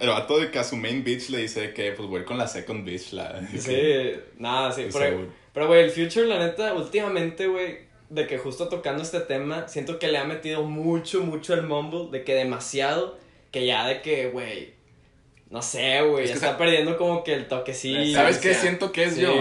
B: El vato de que a su main bitch le dice que pues voy a ir con la second bitch. La...
A: Sí, nada, sí.
B: Sí,
A: pero-
B: güey.
A: pero, güey, el Future, la neta, últimamente, güey, de que justo tocando este tema, siento que le ha metido mucho, mucho el mumble, de que demasiado, que ya de que, güey, no sé, güey,
B: Es
A: ya
B: que
A: está
B: sa-
A: perdiendo como que el toquecillo.
B: ¿Sabes
C: o
B: qué
C: sea,
B: siento que es
A: sí.
B: yo?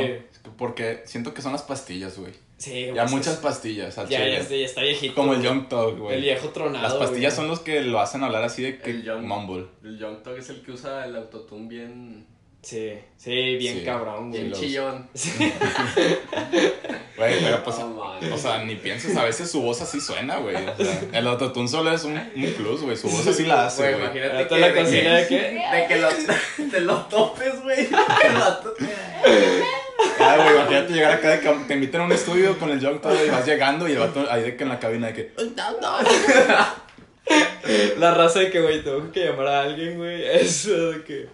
B: Porque siento que son las pastillas, güey.
A: Sí, güey,
B: Ya
A: es que
B: muchas
A: sí.
B: pastillas, al
A: Ya,
B: chile.
A: ya, está- ya está viejito.
B: Como el
A: güey.
B: Young Talk,
A: El
B: güey.
A: viejo tronado.
B: Las pastillas
A: güey.
B: son los que lo hacen hablar así de que
C: El young-
B: mumble.
C: El Young Tog es el que usa el autotune bien,
A: Sí, sí, bien
B: Sí.
A: cabrón, güey.
B: Y
C: bien
B: los-
C: chillón.
B: Güey, pero pues,
C: No, man.
B: o sea, ni pienses, a veces su voz así suena, güey. O sea, el autotune solo es un, un plus, güey. Su voz así la hace,
C: Güey,
B: güey.
C: imagínate
A: Ahorita
C: que,
A: la
C: de que-
A: cocina de que.
C: de que lo, te lo topes, güey. El vato-
B: Ah, güey, imagínate llegar acá de que te invitan a un estudio con el Young Talk y vas llegando y el vato ahí de que en la cabina de que...
A: La raza de que, güey, tengo que llamar a alguien, güey. Eso de que.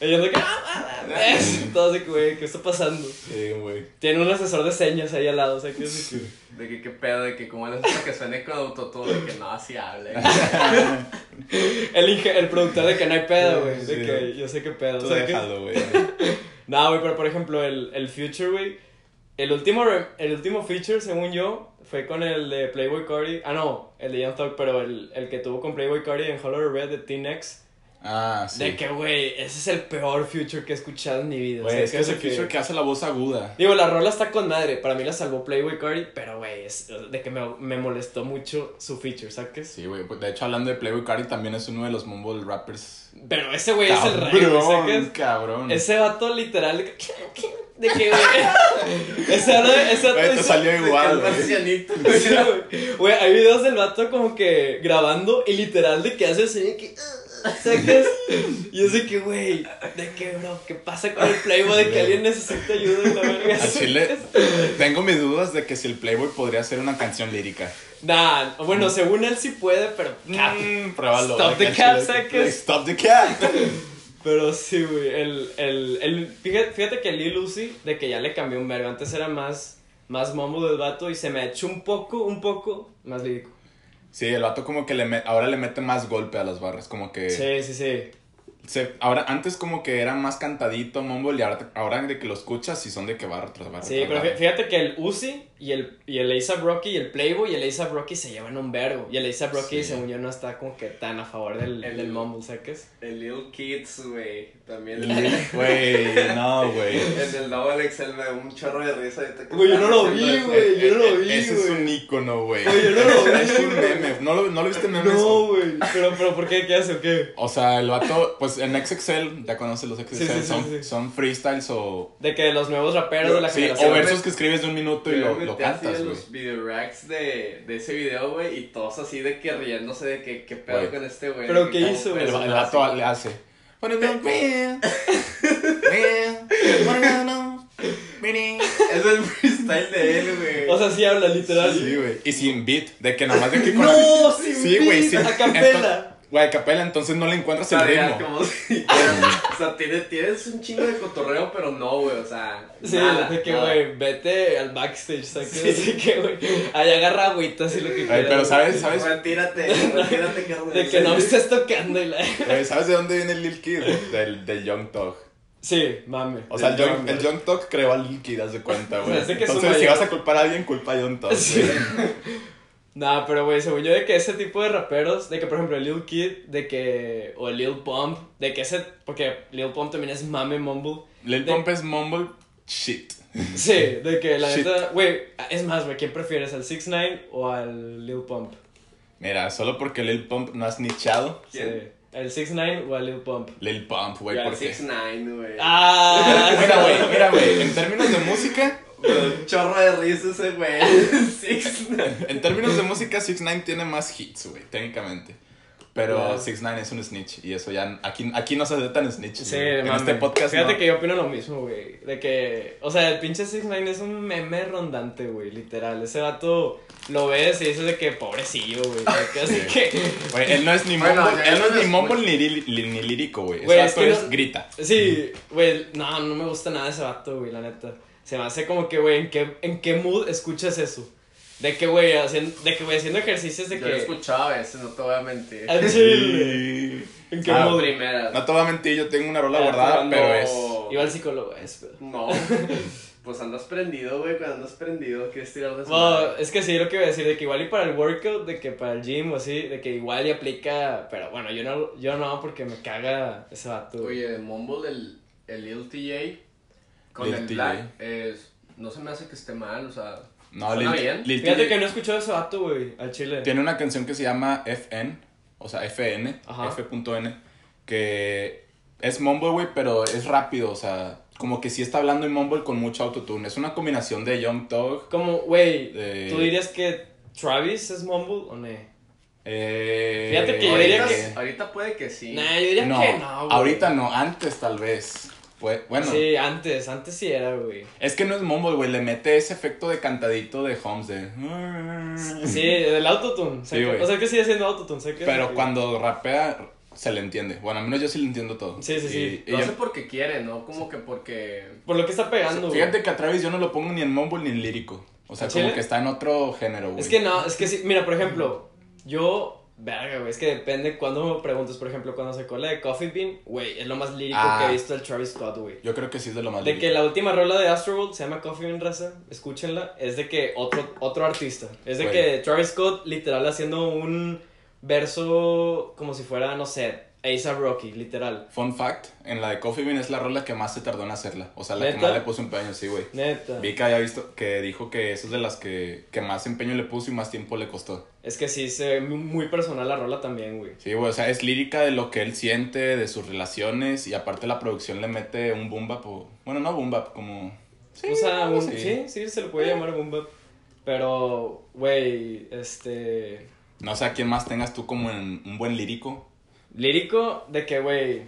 A: Ellos de que. ¡Ah, ah, ah", eso, Todos de que, güey, ¿qué está pasando?
B: Sí, güey.
A: Tiene un asesor de señas ahí al lado, o sea, que es de que.
C: De que qué pedo, de que como le gusta que suene con autotune, de que no, así hable.
A: El, inge- el productor de que no hay pedo, güey.
B: Sí,
A: De
B: sí.
A: que yo sé qué pedo.
B: Tú
A: o sea, que-
B: déjalo, güey.
A: No, güey, pero por ejemplo, el, el Future, güey. El último, re- el último feature, según yo, fue con el de Playboy Cardi. Ah, no, el de Young Thug, pero el, el que tuvo con Playboy Cardi en Hollow Red de Teen X.
B: Ah, sí.
A: De que, güey, ese es el peor future que he escuchado en mi vida.
B: Güey, es que ese
A: de que-
B: feature que hace la voz aguda.
A: Digo, la rola está con madre. Para mí la salvó Playboy Cardi, pero, güey, es de que me, me molestó mucho su feature, ¿sabes?
B: Sí, güey. pues, De hecho, hablando de Playboy Cardi, también es uno de los mumble rappers.
A: Pero ese, güey, es el
B: Cabrón,
A: rey, güey, ¿sacas?
B: cabrón.
A: Ese vato literal de que, de que, güey. Ese vato, ese vato
B: Güey, te
A: hizo-
B: salió igual,
C: De que el
B: güey.
C: marcianito.
A: Sí, güey. Güey, hay videos del vato como que grabando y literal de que hace así de que. ¿Sacas? Y es de que, güey, de que, bro, ¿qué pasa con el Playboy? De que alguien necesita ayuda en la verga.
B: Al chile, tengo mis dudas de que si el Playboy podría hacer una canción lírica.
A: Nah, bueno, según él sí puede, pero. cap.
B: Mm, pruébalo.
A: Stop
B: de
A: the
B: que al
A: cat,
B: chile-
A: saques.
B: Stop the cat.
A: Pero sí, güey, el, el, el, fíjate, fíjate que Lil Uzi, de que ya le cambió un verbo, antes era más, más momo del vato y se me ha hecho un poco, un poco más lírico.
B: Sí, el vato como que le me- ahora le mete más golpe a las barras, como que...
A: Sí, sí, sí.
B: se- ahora, antes como que era más cantadito, mumble, y ahora, ahora de que lo escuchas y son de que barra tras barra.
A: Sí,
B: tras
A: pero
B: barra.
A: fí- fíjate que el Uzi y el, y el A$AP Rocky y el Playboy y el A$AP Rocky se llevan un verbo. Y el A$AP Rocky,
B: Sí.
A: según yo, no está como que tan a favor del,
C: El-
A: del mumble, ¿sabes?
C: El Lil Kids, güey. También el,
B: Li- Güey, no, güey.
C: el del Double Excel me dio un chorro de risa. ahorita que
A: Güey, yo no lo
C: estaba
A: vi,
C: diciendo
A: güey.
C: eso.
A: yo no lo vi,
B: Ese es
A: güey.
B: un ícono, güey.
A: Oye, yo no lo vi,
B: Es un
A: güey.
B: meme. ¿No lo, no lo viste meme?
A: No, güey. Pero, pero, ¿por qué? ¿Qué hace o qué?
B: O sea, el vato, pues en XXL, ya conoces los XXL,
A: Sí, sí, sí,
B: son,
A: sí.
B: son freestyles o...
A: De que los nuevos raperos de la
B: sí,
A: generación.
B: o versos que escribes de un minuto y
C: Yo
B: lo,
C: me
B: lo
C: metí así
B: cantas,
C: en
B: güey.
C: los video racks de, de ese video, güey, y todos así de que riéndose de que qué pedo
B: Güey.
C: con este güey.
A: Pero
C: que
A: ¿qué
C: cómo
A: hizo,
C: puede
B: El,
A: güey?
B: va- el
C: sonar
B: vato
C: así.
B: le hace... Sí,
C: Es el freestyle de él, güey.
A: O sea, sí habla, literal.
B: güey. Y sin beat, de que nada más de que... con-
A: no, sí,
B: sí, güey, sí.
A: A capela.
B: Entonces- Güey, a capela, entonces no le encuentras el
C: Sabía
B: ritmo.
C: como si- o sea, tiene- tienes un chingo de cotorreo, pero no, güey, o sea.
A: Sí,
C: nada,
A: de que,
C: nada.
A: güey, vete al backstage, ¿sabes? De que, güey, ahí agarra agüitas y lo que
B: Güey,
A: quieras.
B: pero
A: güey.
B: ¿sabes? ¿Sabes?
C: Retírate, retírate, carnal.
A: De que no me estás tocando y la...
B: Güey, eh, ¿Sabes de dónde viene el Lil Kid? Del, del Young Tog.
A: Sí, mame.
B: O sea, el
A: Del
B: Young,
A: mame.
B: el Young Tog creó al Lil Kid, haz de cuenta, güey.
A: O sea, sé que es un
B: Entonces, si
A: mayor.
B: vas a culpar a alguien, culpa a Young Tog.
A: Sí. Nah, pero güey, según yo de que ese tipo de raperos, de que por ejemplo Lil Kid, de que. o Lil Pump, de que ese. porque Lil Pump también es mame mumble.
B: Lil
A: De-
B: Pump es mumble shit.
A: Sí, de que la
B: Shit.
A: neta. Güey, es más, güey, ¿quién prefieres, al 6 9 o al Lil Pump?
B: Mira, solo porque Lil Pump no has nichado.
A: Sí.
C: ¿Quién?
A: ¿Al 6 9 o al Lil Pump?
B: Lil Pump, güey,
C: Güey,
B: porque...
C: 6ix9ine, güey.
A: ¡Ah!
B: Mira, güey, mira, güey, en términos de música,
C: Pero un chorro de risa ese güey. 6ix9ine.
A: Eh.
B: en términos de música, 6 9 tiene más hits, güey, técnicamente. Pero 6 ix 9 es un snitch y eso ya aquí, aquí no se hace tan snitch.
A: Sí,
B: güey. en
A: mames.
B: este podcast.
A: Fíjate
B: no.
A: que yo opino lo mismo, güey. De que, o sea, el pinche 6ix9ine es un meme rondante, güey, literal. Ese vato lo ves y dices de que pobrecillo, güey. de que- Así
B: Sí.
A: que,
B: Güey, él no es ni
C: Bueno,
B: mombo,
C: ya
B: él no es ni
C: después-
B: mombo ni, li- li- ni lírico, güey.
A: Güey,
B: Ese
A: es
B: vato
A: que
B: es
A: no-
B: grita.
A: sí, güey, no, no me gusta nada ese vato, güey, la neta. Se me hace como que, güey, ¿en qué, ¿en qué mood escuchas eso? De que, güey, haciendo, de que, güey, haciendo ejercicios de
C: Yo lo
A: que...
C: escuchaba a veces, no te voy a mentir.
A: Al chile. ¿En qué
B: Ah,
A: mood?
C: primeras.
B: No te voy a mentir, yo tengo una rola
A: Ah,
B: guardada,
C: cuando-
B: pero es.
A: Iba al psicólogo, es, pero...
C: No, pues andas prendido, güey, cuando andas prendido, quieres tirar de su
A: Bueno,
C: Pues, madre.
A: es que sí, lo que iba a decir, de que igual y para el workout, de que para el gym o así, de que igual y aplica, pero bueno, yo no, yo no porque me caga ese vato. güey.
C: Oye, de Mumble, el, el Lil TJ con
B: Lil
C: el
B: TJ.
C: Black, es, no se me hace que esté mal, o sea,
B: No,
C: suena
B: Lil-
C: bien.
B: Lil
A: Fíjate
B: Tiki
A: que no he escuchado ese vato, güey, al chile.
B: tiene una canción que se llama FN, o sea, FN,
A: Ajá.
B: F.N, que es mombo, güey, pero es rápido, o sea, como que sí está hablando en mombo con mucho autotune. Es una combinación de Young Thug.
A: Como, güey,
B: De-
A: ¿tú dirías que Travis es mumble o no?
B: eh,
A: Fíjate que yo diría
C: ahorita,
A: que-
C: ahorita puede que sí.
A: Nah, yo diría
B: no,
A: que no, güey.
B: ahorita no, antes tal vez. Fue- Bueno,
A: Sí, antes, antes sí era, güey.
B: es que no es mombo, güey, le mete ese efecto de cantadito de Holmes de...
A: Sí, del autotune. sé
B: Sí,
A: que-
B: güey.
A: o sea que sigue siendo autotune, sé que.
B: Pero cuando rapea, se le entiende. Bueno, al menos yo sí le entiendo todo.
A: Sí, sí, sí.
B: Y- y
C: Lo
B: yo-
C: hace porque quiere, ¿no? Como que porque...
A: Por lo que está pegando, güey.
B: Fíjate que a Travis yo no lo pongo ni en mumble ni en lírico. O sea,
A: ¿En
B: como
A: Chile?
B: que está en otro género, güey.
A: Es que no, es que sí. Mira, por ejemplo, yo. Verga, güey. Es que depende cuando me preguntes, por ejemplo, cuando sacó la de Coffee Bean, güey, es lo más lírico
B: Ah.
A: que he visto del Travis Scott, güey.
B: Yo creo que sí es de lo más
A: De que
B: lírico.
A: la última rola de Astroworld se llama Coffee Bean Raza, escúchenla, es de que otro, otro artista. Es de
B: Güey.
A: que Travis Scott literal haciendo un verso como si fuera, no sé, A$AP Rocky, literal.
B: Fun fact, en la de Coffee Bean es la rola que más se tardó en hacerla. O sea, la que
A: ¿Neta?
B: más le puso empeño, sí, güey.
A: Neta.
B: Vika había visto que dijo que esa es de las que, que más empeño le puso y más tiempo le costó.
A: Es que sí, se ve muy personal la rola también, güey.
B: Sí, güey, o sea, es lírica de lo que él siente, de sus relaciones y aparte la producción le mete un boom bap o... Bueno, no boom bap, como... Sí,
A: o sea,
B: algo
A: un-
B: así.
A: sí, sí, se le puede llamar boom bap. Pero, güey, este.
B: No sé a quién más tengas tú como en un buen lírico.
A: Lírico de que, güey.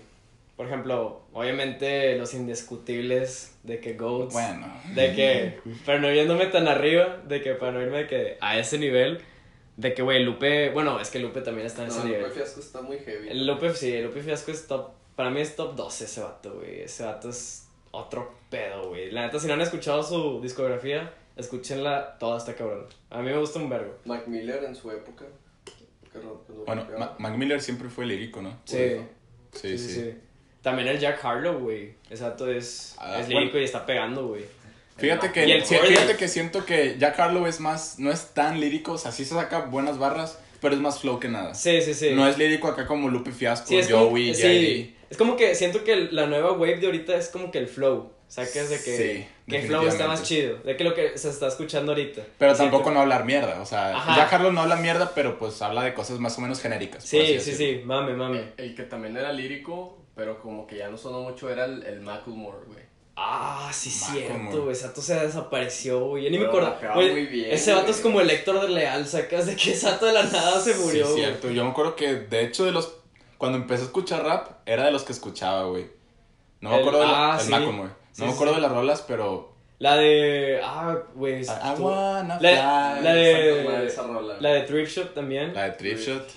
A: Por ejemplo, obviamente los indiscutibles de que Goats.
B: Bueno.
A: Pues, De que, pero no yéndome tan arriba, de que para no irme de que a ese nivel, de que, güey, Lupe. Bueno, es que Lupe también está en ese nivel.
C: Fiasco está muy heavy.
A: El Lupe, sí, el Lupe Fiasco es top. Para mí es top 12 ese vato, güey. Ese vato es otro pedo, güey. La neta, si no han escuchado su discografía, escúchenla toda esta cabrón. A mí me gusta un vergo.
C: Mac Miller en su época. pues,
B: Bueno, Ma- Mac Miller siempre fue lírico, ¿no?
A: Sí.
B: Sí, sí.
A: También el Jack Harlow, güey. Ese vato es,
B: Ah,
A: es lírico
B: bueno.
A: y está pegando, güey.
B: Fíjate
A: Y
B: que,
A: el
B: sí,
A: Cordy.
B: fíjate que siento que Jack Harlow es más, no es tan lírico, o sea, sí se saca buenas barras, pero es más flow que nada.
A: Sí, sí, sí.
B: Ah. No es lírico acá como Lupe Fiasco,
A: Sí, es como-
B: Joey,
A: sí.
B: JD.
A: Es como que siento que la nueva wave de ahorita es como que el flow. Sacas de
B: Sí,
A: que, que el flow está
B: definitivamente.
A: más chido. De que lo que se está escuchando ahorita.
B: Pero
A: Siento-
B: tampoco no hablar mierda, o sea,
A: Ajá.
B: Jack Harlow no habla mierda, pero pues habla de cosas más o menos genéricas. por así
A: Sí, sí,
B: decirlo.
A: sí. Mame, mame.
C: El que también era lírico, pero como que ya no sonó mucho, era el, el Macklemore, güey.
A: Ah, sí,
B: Malcolm,
A: cierto,
B: güey.
A: güey. Ese vato se desapareció, güey. Ya ni me
C: Pero
A: acuerdo.
C: rapeaba
A: Güey,
C: muy bien,
A: ese vato
C: güey.
A: es como el Héctor de Leal, sacas de que ese vato de la nada se murió,
B: Sí,
A: güey.
B: cierto. Yo me acuerdo que, de hecho, de los cuando empecé a escuchar rap, era de los que escuchaba, güey. No me
A: El-
B: acuerdo de la,
A: ah,
B: el
A: sí.
B: Macklemore. No
A: Sí,
B: me
A: sí,
B: acuerdo
A: sí.
B: de las rolas, pero
A: La de. Ah, güey.
B: I
A: estuvo-
B: wanna
A: La-
B: fly.
A: la de-
C: Sacó Ah, madre esa rola.
A: La de Trip Shop también.
B: La de Trip Shot.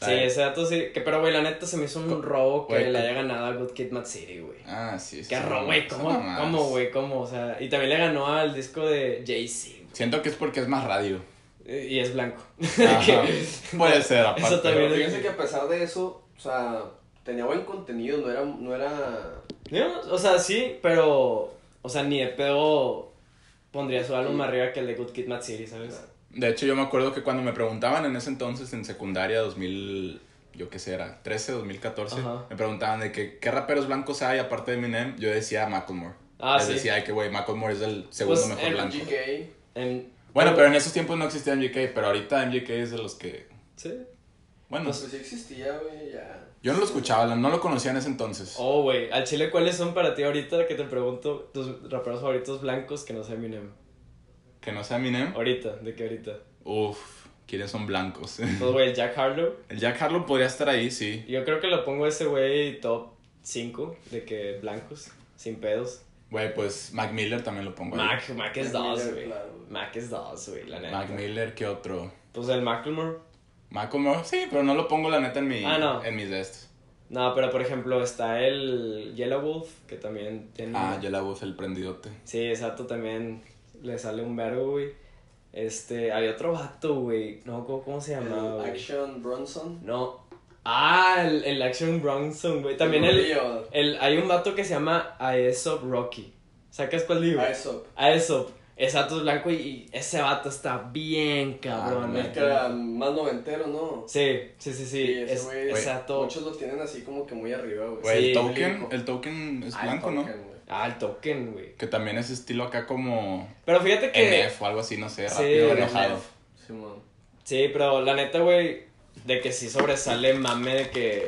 B: La
A: Sí,
B: de-
A: ese dato sí. Que, pero, güey, la neta se me hizo un robo que
B: güey,
A: le
B: que-
A: haya ganado a Good Kid Mad City, güey.
B: Ah, sí.
A: Qué
B: sí,
A: robo, güey.
B: son
A: ¿Cómo,
B: mamadas.
A: cómo, güey? ¿Cómo? O sea, y también le ganó al disco de Jay-Z.
B: Siento que es porque es más radio.
A: güey, Y es blanco.
B: Ajá. Puede ser, aparte.
A: Eso
C: Pero
A: también.
C: fíjense que a pesar de eso, o sea, tenía buen contenido, no era... No era...
A: ¿No? O sea, sí, pero. O sea, ni de pedo pondría su álbum arriba que el de Good Kid Mad City, ¿sabes?
B: De hecho, yo me acuerdo que cuando me preguntaban en ese entonces, en secundaria 2000, yo qué sé, era 13, 2014,
A: Ajá.
B: me preguntaban de que, qué raperos blancos hay aparte de Eminem. Yo decía Macklemore.
A: Ah,
B: Les
A: sí.
B: decía "Ay, que, güey, Macklemore es el segundo
A: Pues,
B: mejor
A: el
B: blanco.
C: GK.
A: En- Oh,
B: Bueno, pero en esos tiempos no existía MGK, pero ahorita MGK es de los que...
A: Sí.
B: Bueno,
C: Pues sí existía, güey, ya.
B: yo no lo escuchaba, no lo conocía en ese entonces.
A: Oh, güey. Al chile, ¿cuáles son para ti ahorita que te pregunto tus raperos favoritos blancos que no sea Eminem?
B: Que no sea Eminem.
A: Ahorita, de que ahorita.
B: Uf, ¿Quiénes son blancos?
A: Pues, güey, Jack Harlow.
B: El Jack Harlow podría estar ahí, sí.
A: Yo creo que lo pongo ese güey top 5 de que blancos, sin pedos.
B: Güey, pues Mac Miller también lo pongo ahí.
A: Mac, Mac es
C: Mac
A: dos,
C: Miller,
A: güey.
C: claro, güey.
A: Mac es dos, güey, la neta.
B: Mac Miller, ¿qué otro?
A: Pues el Macklemore.
B: Macomo, sí, pero no lo pongo la neta en, mi,
A: Ah, no.
B: en mis de estos.
A: No, pero por ejemplo está el Yellow Wolf, que también tiene...
B: Ah, ya la voz el prendidote.
A: Mm. Sí, exacto, también le sale un verbo, güey. Este, había otro vato, güey. No, ¿cómo, cómo se llamaba,
C: El
A: güey?
C: Action Bronson.
A: No. Ah, el, el Action Bronson, güey. También el,
C: Río.
A: el... Hay un vato que se llama Aesop Rocky. ¿Sacas cuál digo?
C: Aesop.
A: Aesop. Exacto, es blanco y, y ese vato está bien
B: Ah,
A: cabrón.
B: no,
A: neta.
C: Que era más noventero, ¿no?
A: Sí, sí, sí, sí.
C: Sí, ese
A: es,
C: güey-
A: exacto.
C: Muchos lo tienen así como que muy arriba, güey.
B: Güey,
A: Sí,
B: el token,
C: blanco.
B: el token es
C: Ah, el
B: blanco, ¿no?
C: token, güey.
A: Ah, el token, güey.
B: Que también es estilo acá como
A: Pero fíjate que.
B: NF o algo así, no sé,
A: Sí,
B: rápido,
A: NF.
B: enojado.
C: Simón.
A: Sí, pero la neta, güey, de que sí sobresale mame de que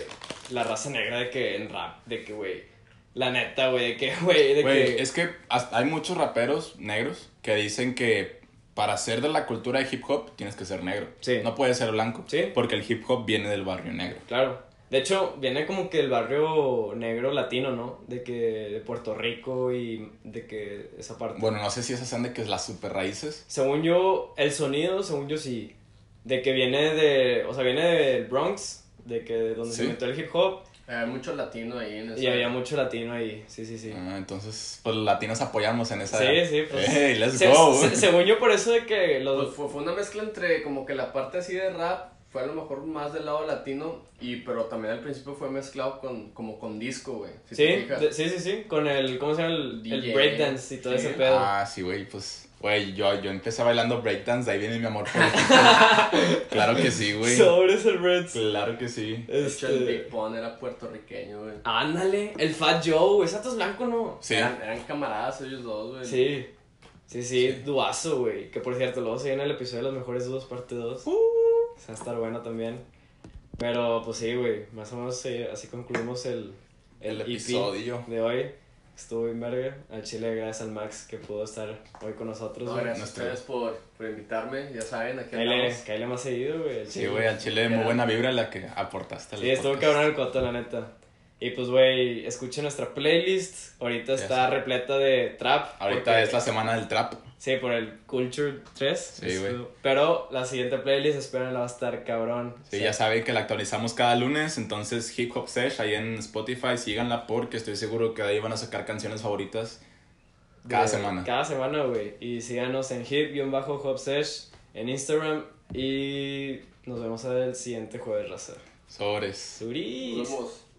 A: la raza negra de que en rap, de que, güey, la neta, güey, de que, güey, de
B: Güey,
A: que...
B: es que hasta hay muchos raperos negros que dicen que para ser de la cultura de hip hop tienes que ser negro.
A: Sí.
B: No puedes ser blanco.
A: Sí.
B: Porque el hip hop viene del barrio negro.
A: Claro. De hecho, viene como que el barrio negro latino, ¿no? De que de Puerto Rico y de que esa parte.
B: Bueno, no sé si esas sean de que es las super raíces.
A: Según yo, el sonido, según yo sí. De que viene de. O sea, viene del Bronx, de que de donde se
B: Sí.
A: inventó el hip hop.
C: Hay mucho latino ahí en esa.
A: Y había mucho latino ahí. Sí, sí, sí.
B: Ah, entonces, pues los latinos apoyamos en esa.
A: Sí, sí, pues.
B: Hey, let's
A: Se-
B: go.
A: se- según yo, por eso de que
C: Pues
A: los.
C: fue, fue una mezcla entre como que la parte así de rap fue a lo mejor más del lado latino, y pero también al principio fue mezclado con, como con disco, güey. Si
A: sí,
C: te fijas.
A: de- sí, sí, sí. Con el. ¿Cómo se llama? El, el
C: DJ,
A: breakdance y todo
C: sí.
A: ese pedo.
B: Ah, sí, güey, pues. Güey, yo, yo empecé bailando breakdance, de ahí viene mi amor por Claro que sí, güey.
A: Sobres el breaks.
B: Claro que sí.
C: De hecho, el Big
A: Este...
C: Pun era puertorriqueño, güey.
A: Ándale, el Fat Joe, güey, Santos Blanco no.
B: Sí.
C: Eran, eran camaradas ellos dos, güey.
A: Sí, sí, sí, duazo, güey. Que por cierto, luego se viene el episodio de los mejores dúos, parte 2.
C: Uh.
A: Se va a estar bueno también. Pero pues sí, güey, más o menos eh, así concluimos el, E
B: El
A: EP
B: episodio.
A: de hoy. Estuvo bien verga. Al chile, gracias al Max que pudo estar hoy con nosotros.
C: No,
A: güey.
C: gracias
B: Nuestro-
C: a ustedes por, por invitarme, ya saben, aquí
A: Cáele,
C: andamos.
A: cáele más seguido, güey. al
B: Sí,
A: chile.
B: güey, al chile, muy buena vibra la que aportaste. al
A: Sí, estuvo
B: podcast.
A: cabrón el coto, la neta. Y pues, güey, escuchen nuestra playlist. Ahorita
B: Ya
A: está
B: sé.
A: repleta de trap.
B: Ahorita
A: porque-
B: es la semana del trap.
A: Sí, por el Culture 3.
B: Sí, güey.
A: Pero la siguiente playlist, espérenla, va a estar cabrón.
B: Sí, ya saben que la actualizamos cada lunes, entonces Hip Hop Sesh ahí en Spotify, síganla porque estoy seguro que de ahí van a sacar canciones favoritas cada
A: de-
B: semana.
A: Cada semana, güey. Y síganos en hip-hopsesh en Instagram. Y nos vemos el siguiente jueves, raza.
B: Sobres.
A: Suris.
C: Nos vemos.